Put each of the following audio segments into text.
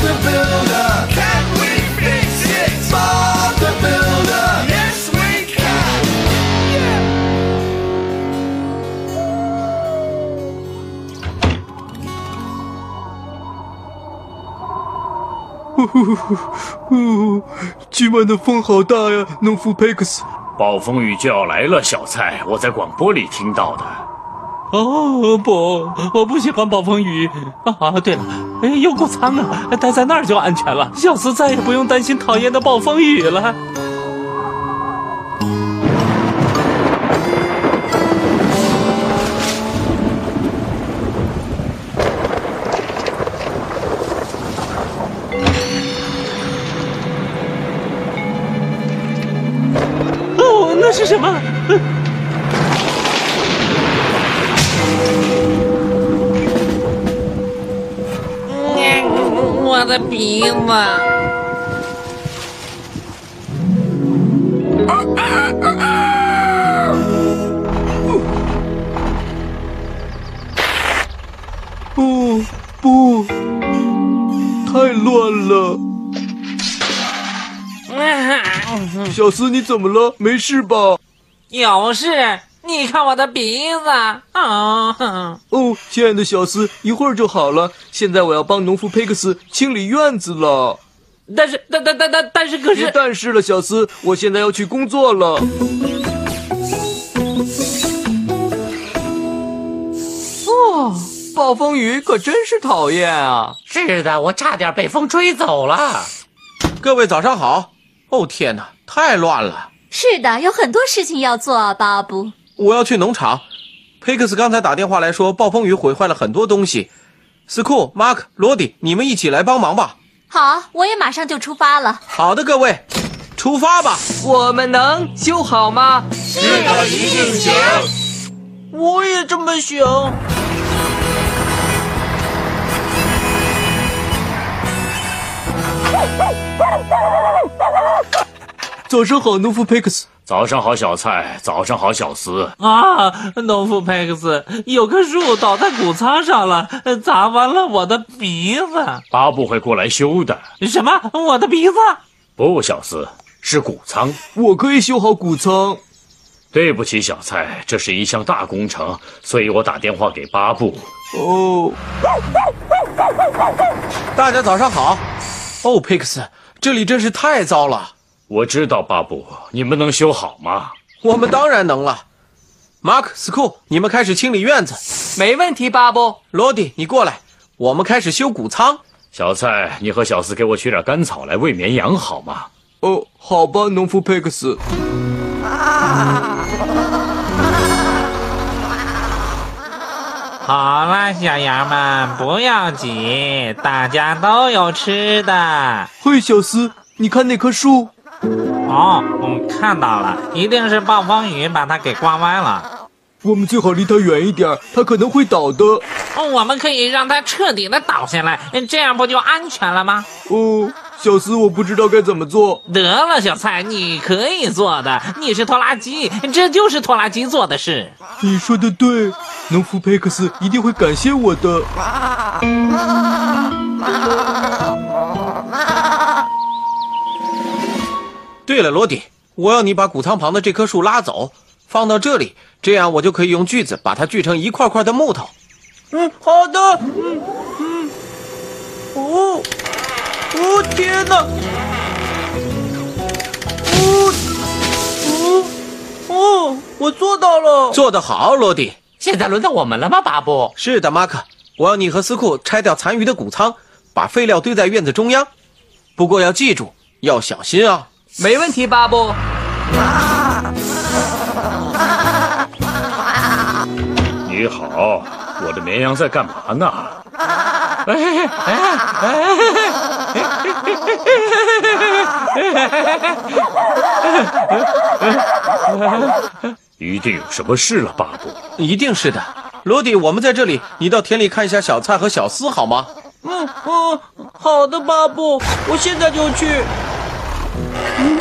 the Builder. Can we fix it? Bob the Builder. Yes, we can. 哦，今晚的风好大呀，农夫佩克斯。暴风雨就要来了，小蔡，我在广播里听到的。哦不，我不喜欢暴风雨啊！对了，哎，优酷仓啊，待在那儿就安全了，小斯再也不用担心讨厌的暴风雨了。哦，那是什么？我的鼻子，不不，太乱了。嗯小斯，你怎么了？没事吧？有事你看我的鼻子啊、哼哦，亲爱的小斯，一会儿就好了。现在我要帮农夫佩克斯清理院子了。但是，但但但但但是，可别但是了，小斯，我现在要去工作了。哦，暴风雨可真是讨厌啊！是的，我差点被风吹走了。各位早上好！哦天哪，太乱了！是的，有很多事情要做啊，巴布。我要去农场。佩克斯刚才打电话来说，暴风雨毁坏了很多东西。斯库、马克、罗迪，你们一起来帮忙吧。好，我也马上就出发了。好的，各位，出发吧！我们能修好吗？是的，一定行。我也这么想。早上好，农夫佩克斯。早上好，小蔡。早上好，小斯。啊，农夫佩克斯，有棵树倒在谷仓上了，呃砸弯了我的鼻子。巴布会过来修的。什么？我的鼻子？不，小斯是谷仓。我可以修好谷仓。对不起，小蔡，这是一项大工程，所以我打电话给巴布。哦，大家早上好。哦，佩克斯，这里真是太糟了。我知道巴布，你们能修好吗？我们当然能了。马克、斯库，你们开始清理院子。没问题，巴布。罗迪，你过来，我们开始修谷仓。小蔡，你和小斯给我取点干草来喂绵羊好吗？哦，好吧，农夫佩克斯。好了，小羊们，不要急，大家都有吃的。嘿，小斯，你看那棵树？哦，嗯，看到了，一定是暴风雨把它给刮歪了。我们最好离它远一点，它可能会倒的。哦我们可以让它彻底的倒下来，这样不就安全了吗？哦，小斯，我不知道该怎么做。得了，小蔡，你可以做的，你是拖拉机，这就是拖拉机做的事。你说的对，农夫佩克斯一定会感谢我的。对了，罗迪，我要你把谷仓旁的这棵树拉走，放到这里，这样我就可以用锯子把它锯成一块块的木头。嗯，好的。嗯嗯。哦，哦天哪！哦，哦，哦，我做到了。做得好，罗迪。现在轮到我们了吗，巴布？是的，马克，我要你和斯库拆掉残余的谷仓，把废料堆在院子中央。不过要记住，要小心啊！没问题，巴布。你好，我的绵羊在干嘛呢？一定有什么事了，巴布。 一定是的，罗迪，我们在这里，你到田里看一下小蔡和小斯好吗？嗯嗯，好的，巴布，我现在就去。嗯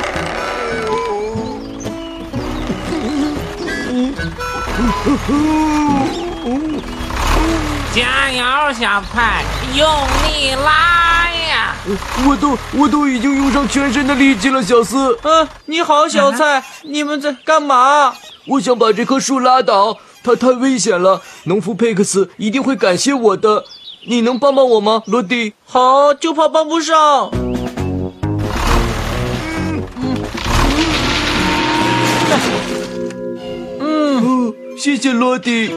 加油，小快，用力拉呀！我都我都已经用上全身的力气了，小斯。嗯，你好，小菜，你们在干嘛？我想把这棵树拉倒，它太危险了。农夫佩克斯一定会感谢我的。你能帮帮我吗，罗迪？好，就怕帮不上。哦，谢谢罗迪。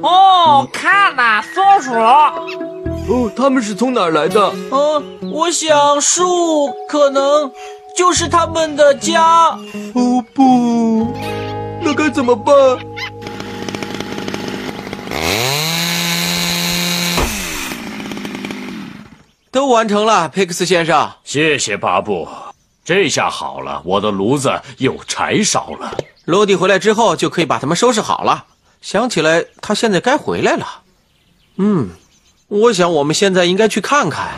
哦，看呐、松鼠，哦，他们是从哪儿来的？嗯，我想树可能就是他们的家。哦不，那该怎么办？都完成了，佩克斯先生。谢谢巴布，这下好了，我的炉子有柴烧了。罗迪回来之后就可以把它们收拾好了。想起来，他现在该回来了。嗯，我想我们现在应该去看看。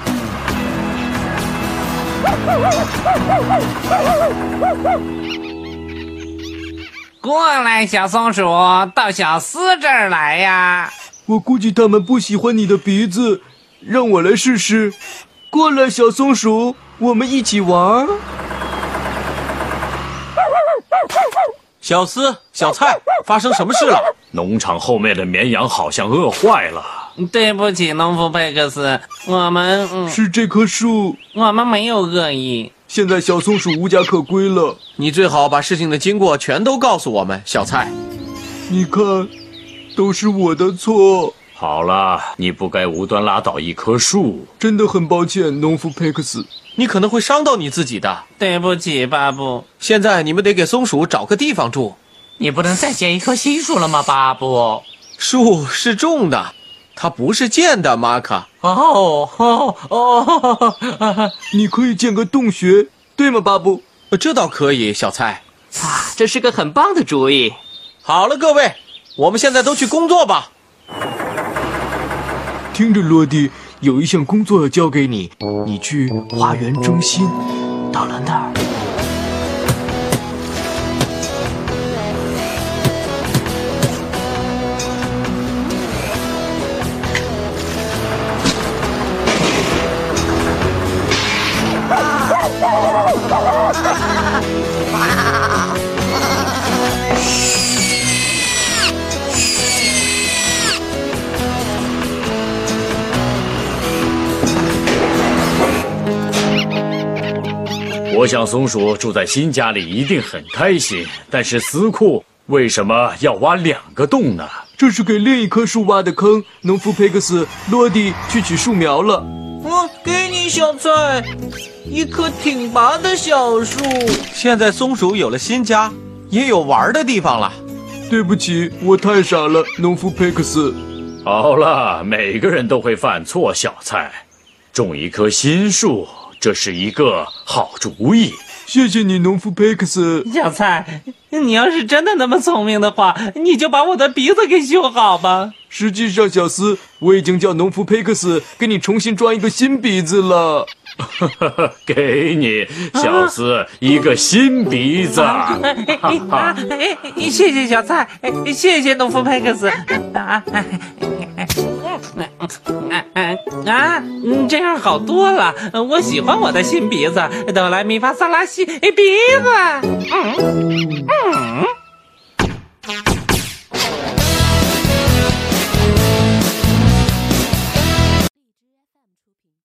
过来，小松鼠，到小斯这儿来呀！我估计他们不喜欢你的鼻子，让我来试试。过来，小松鼠，我们一起玩儿。小斯、小蔡，发生什么事了？农场后面的绵羊好像饿坏了。对不起，农夫佩克斯，我们、嗯、是这棵树。我们没有恶意。现在小松鼠无家可归了。你最好把事情的经过全都告诉我们，小蔡。你看，都是我的错，好了，你不该无端拉倒一棵树。真的很抱歉，农夫佩克斯。你可能会伤到你自己的。对不起，巴布。现在你们得给松鼠找个地方住。你不能再捡一棵新树了吗，巴布？树是种的，它不是建的，马卡。哦哦哦！啊你可以建个洞穴，对吗，巴布？呃这倒可以，小蔡。这是个很棒的主意。好了，各位，我们现在都去工作吧。听着，落地有一项工作要交给你，你去花园中心。到了那儿，我想松鼠住在新家里一定很开心，但是斯库为什么要挖两个洞呢？这是给另一棵树挖的坑。农夫佩克斯、落地去取树苗了。嗯，给你，小菜，一棵挺拔的小树。现在松鼠有了新家，也有玩的地方了。对不起，我太傻了，农夫佩克斯。好了，每个人都会犯错，小菜，种一棵新树，这是一个好主意。 谢谢你，农夫佩克斯。小蔡，你要是真的那么聪明的话，你就把我的鼻子给修好吧。实际上，小斯，我已经叫农夫佩克斯给你重新装一个新鼻子了。给你，小斯，一个新鼻子。 哎哎啊！哎，谢谢小蔡，哎谢谢农夫佩克斯啊。啊啊！嗯这样好多了，我喜欢我的新鼻子，哆来咪发嗦拉西哎鼻子。嗯